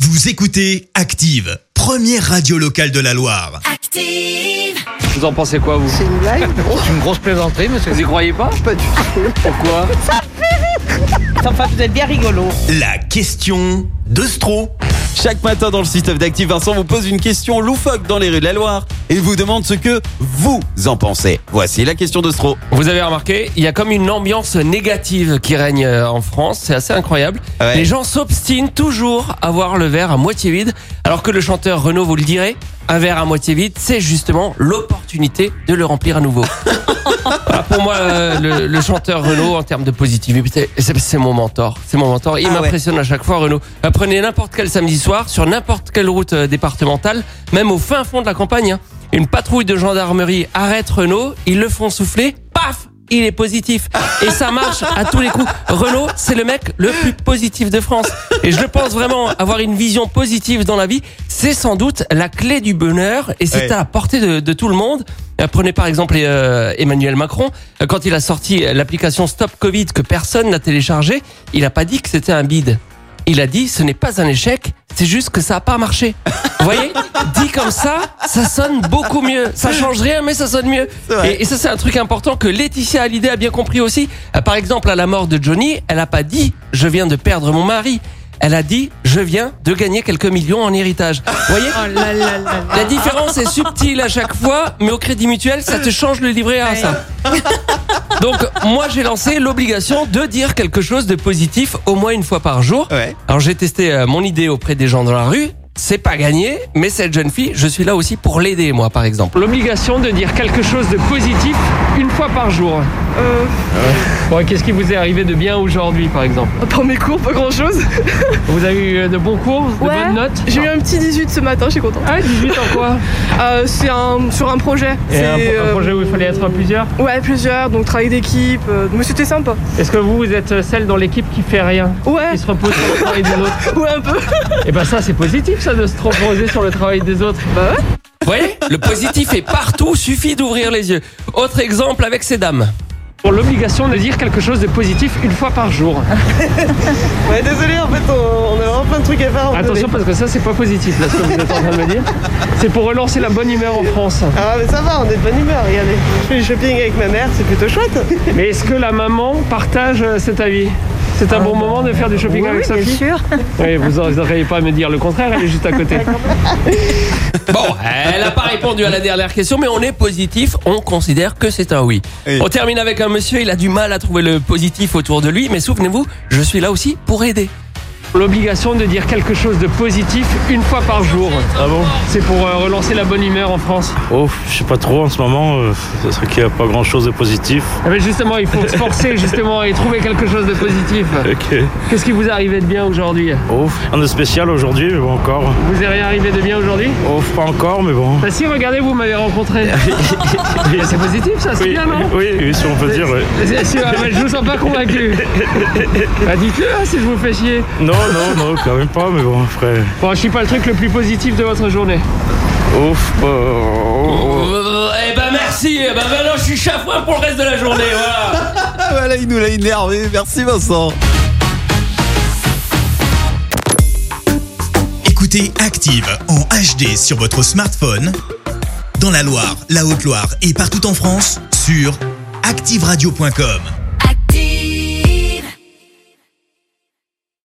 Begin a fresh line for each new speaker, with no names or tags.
Vous écoutez Active, première radio locale de la Loire.
Oh,
Active.
Vous en pensez quoi, vous
C'est une blague
C'est une grosse plaisanterie, monsieur. Vous y croyez pas
Pas du tout.
Pourquoi
Enfin, vous êtes bien rigolo.
La question de Stro.
Chaque matin dans le site d'Active Vincent vous pose une question loufoque dans les rues de la Loire et vous demande ce que vous en pensez. Voici la question de Stro.
Vous avez remarqué, il y a comme une ambiance négative qui règne euh, en France. C'est assez incroyable.
Ouais.
Les gens s'obstinent toujours à voir le verre à moitié vide, alors que le chanteur Renaud vous le dirait, un verre à moitié vide, c'est justement l'opportunité de le remplir à nouveau. Voilà, pour moi, euh, le, le chanteur Renaud, en termes de positivité, c'est c'est mon mentor. C'est mon mentor. Il
Ah ouais.
m'impressionne à chaque fois, Renaud. Euh, Prenez n'importe quel samedi soir, sur n'importe quelle route euh, départementale, même au fin fond de la campagne. hein. Une patrouille de gendarmerie arrête Renaud, ils le font souffler, paf il est positif et ça marche à tous les coups. Renaud, c'est le mec le plus positif de France. Et je le pense vraiment, avoir une vision positive dans la vie, c'est sans doute la clé du bonheur et c'est
Ouais.
à la portée de, de tout le monde. Euh, Prenez par exemple euh, Emmanuel Macron, Euh, quand il a sorti l'application Stop Covid que personne n'a téléchargée, il n'a pas dit que c'était un bide. Il a dit ce n'est pas un échec, c'est juste que ça n'a pas marché. Vous voyez Dit comme ça, ça sonne beaucoup mieux. Ça change rien, mais ça sonne mieux.
C'est vrai.
Et, et ça, c'est un truc important que Laetitia Hallyday a bien compris aussi. Euh, Par exemple, à la mort de Johnny, elle n'a pas dit « je viens de perdre mon mari ». Elle a dit « je viens de gagner quelques millions en héritage ». Vous voyez
Ah.
La différence est subtile à chaque fois, mais au crédit mutuel, ça te change le livret A, ça. Donc, moi, j'ai lancé l'obligation de dire quelque chose de positif au moins une fois par jour.
Ouais.
Alors j'ai testé euh, mon idée auprès des gens dans la rue. C'est pas gagné, mais cette jeune fille, je suis là aussi pour l'aider, moi, par exemple.
l'obligation de dire quelque chose de positif une fois par jour.
Euh,
Bon, qu'est-ce qui vous est arrivé de bien aujourd'hui, par exemple
Dans mes cours, pas grand chose.
Vous avez eu euh, de bons cours, de
Ouais.
bonnes notes
J'ai eu un petit 18 ce matin, je suis contente.
Ah, 18 en quoi
Euh, c'est un, sur un projet.
Et un,
C'est,
un
euh,
projet où il fallait être à plusieurs
Ouais, plusieurs, donc travail d'équipe. euh, mais c'était sympa.
Est-ce que vous, vous êtes celle dans l'équipe qui fait rien
Ouais,
Qui se repose sur le travail des autres
ouais, un peu.
Et ben ça, c'est positif, ça, de se reposer sur le travail des autres. Bah ouais
Vous voyez Le positif est partout, suffit d'ouvrir les yeux. Autre exemple avec ces dames.
Pour l'obligation de dire quelque chose de positif une fois par jour.
Ouais, désolé, en fait, on, on a vraiment plein de trucs à faire. en
Attention,
fait.
parce que ça, c'est pas positif, là, ce que vous êtes en train de me dire. C'est pour relancer la bonne humeur en France.
Ah, mais ça va, on est de bonne humeur, regardez. Je fais du shopping avec ma mère, c'est plutôt chouette.
Mais est-ce que la maman partage euh, cet avis C'est un bon moment de faire du shopping avec sa fille
sûr.
Oui, vous n'auriez pas à me dire le contraire, elle est juste à côté.
Bon, elle n'a pas répondu à la dernière question, mais on est positif, on considère que c'est un oui.
Oui.
On termine avec un monsieur, il a du mal à trouver le positif autour de lui, mais souvenez-vous, je suis là aussi pour aider.
L'obligation de dire quelque chose de positif une fois par jour. Ah bon C'est pour euh, relancer la bonne humeur en France.
Oh, je sais pas trop en ce moment, euh, c'est vrai qu'il n'y a pas grand chose de positif.
Ah ben justement, il faut se forcer justement et trouver quelque chose de positif.
Ok.
Qu'est-ce qui vous est arrivé de bien aujourd'hui
Oh, rien de spécial aujourd'hui, mais bon, encore.
Vous est rien arrivé de bien aujourd'hui
Oh, pas encore, mais bon.
Bah si, regardez, vous m'avez rencontré. Ah, C'est positif ça, c'est
Oui,
bien non
oui, oui, si on peut dire, oui.
C'est- c'est- ah, mais Je vous sens pas convaincu. Bah dites-le hein, si je vous fais chier.
Non, non, non, quand même pas, mais bon, après.
Bon, je suis pas le truc le plus positif de votre journée.
Oh, pas- oh, oh.
Euh, eh ben merci, eh ben maintenant je suis chafouin pour le reste de la journée, voilà.
Ah voilà, il nous l'a énervé. Merci Vincent.
Écoutez Active en HD sur votre smartphone, dans la Loire, la Haute-Loire et partout en France, sur activeradio.com.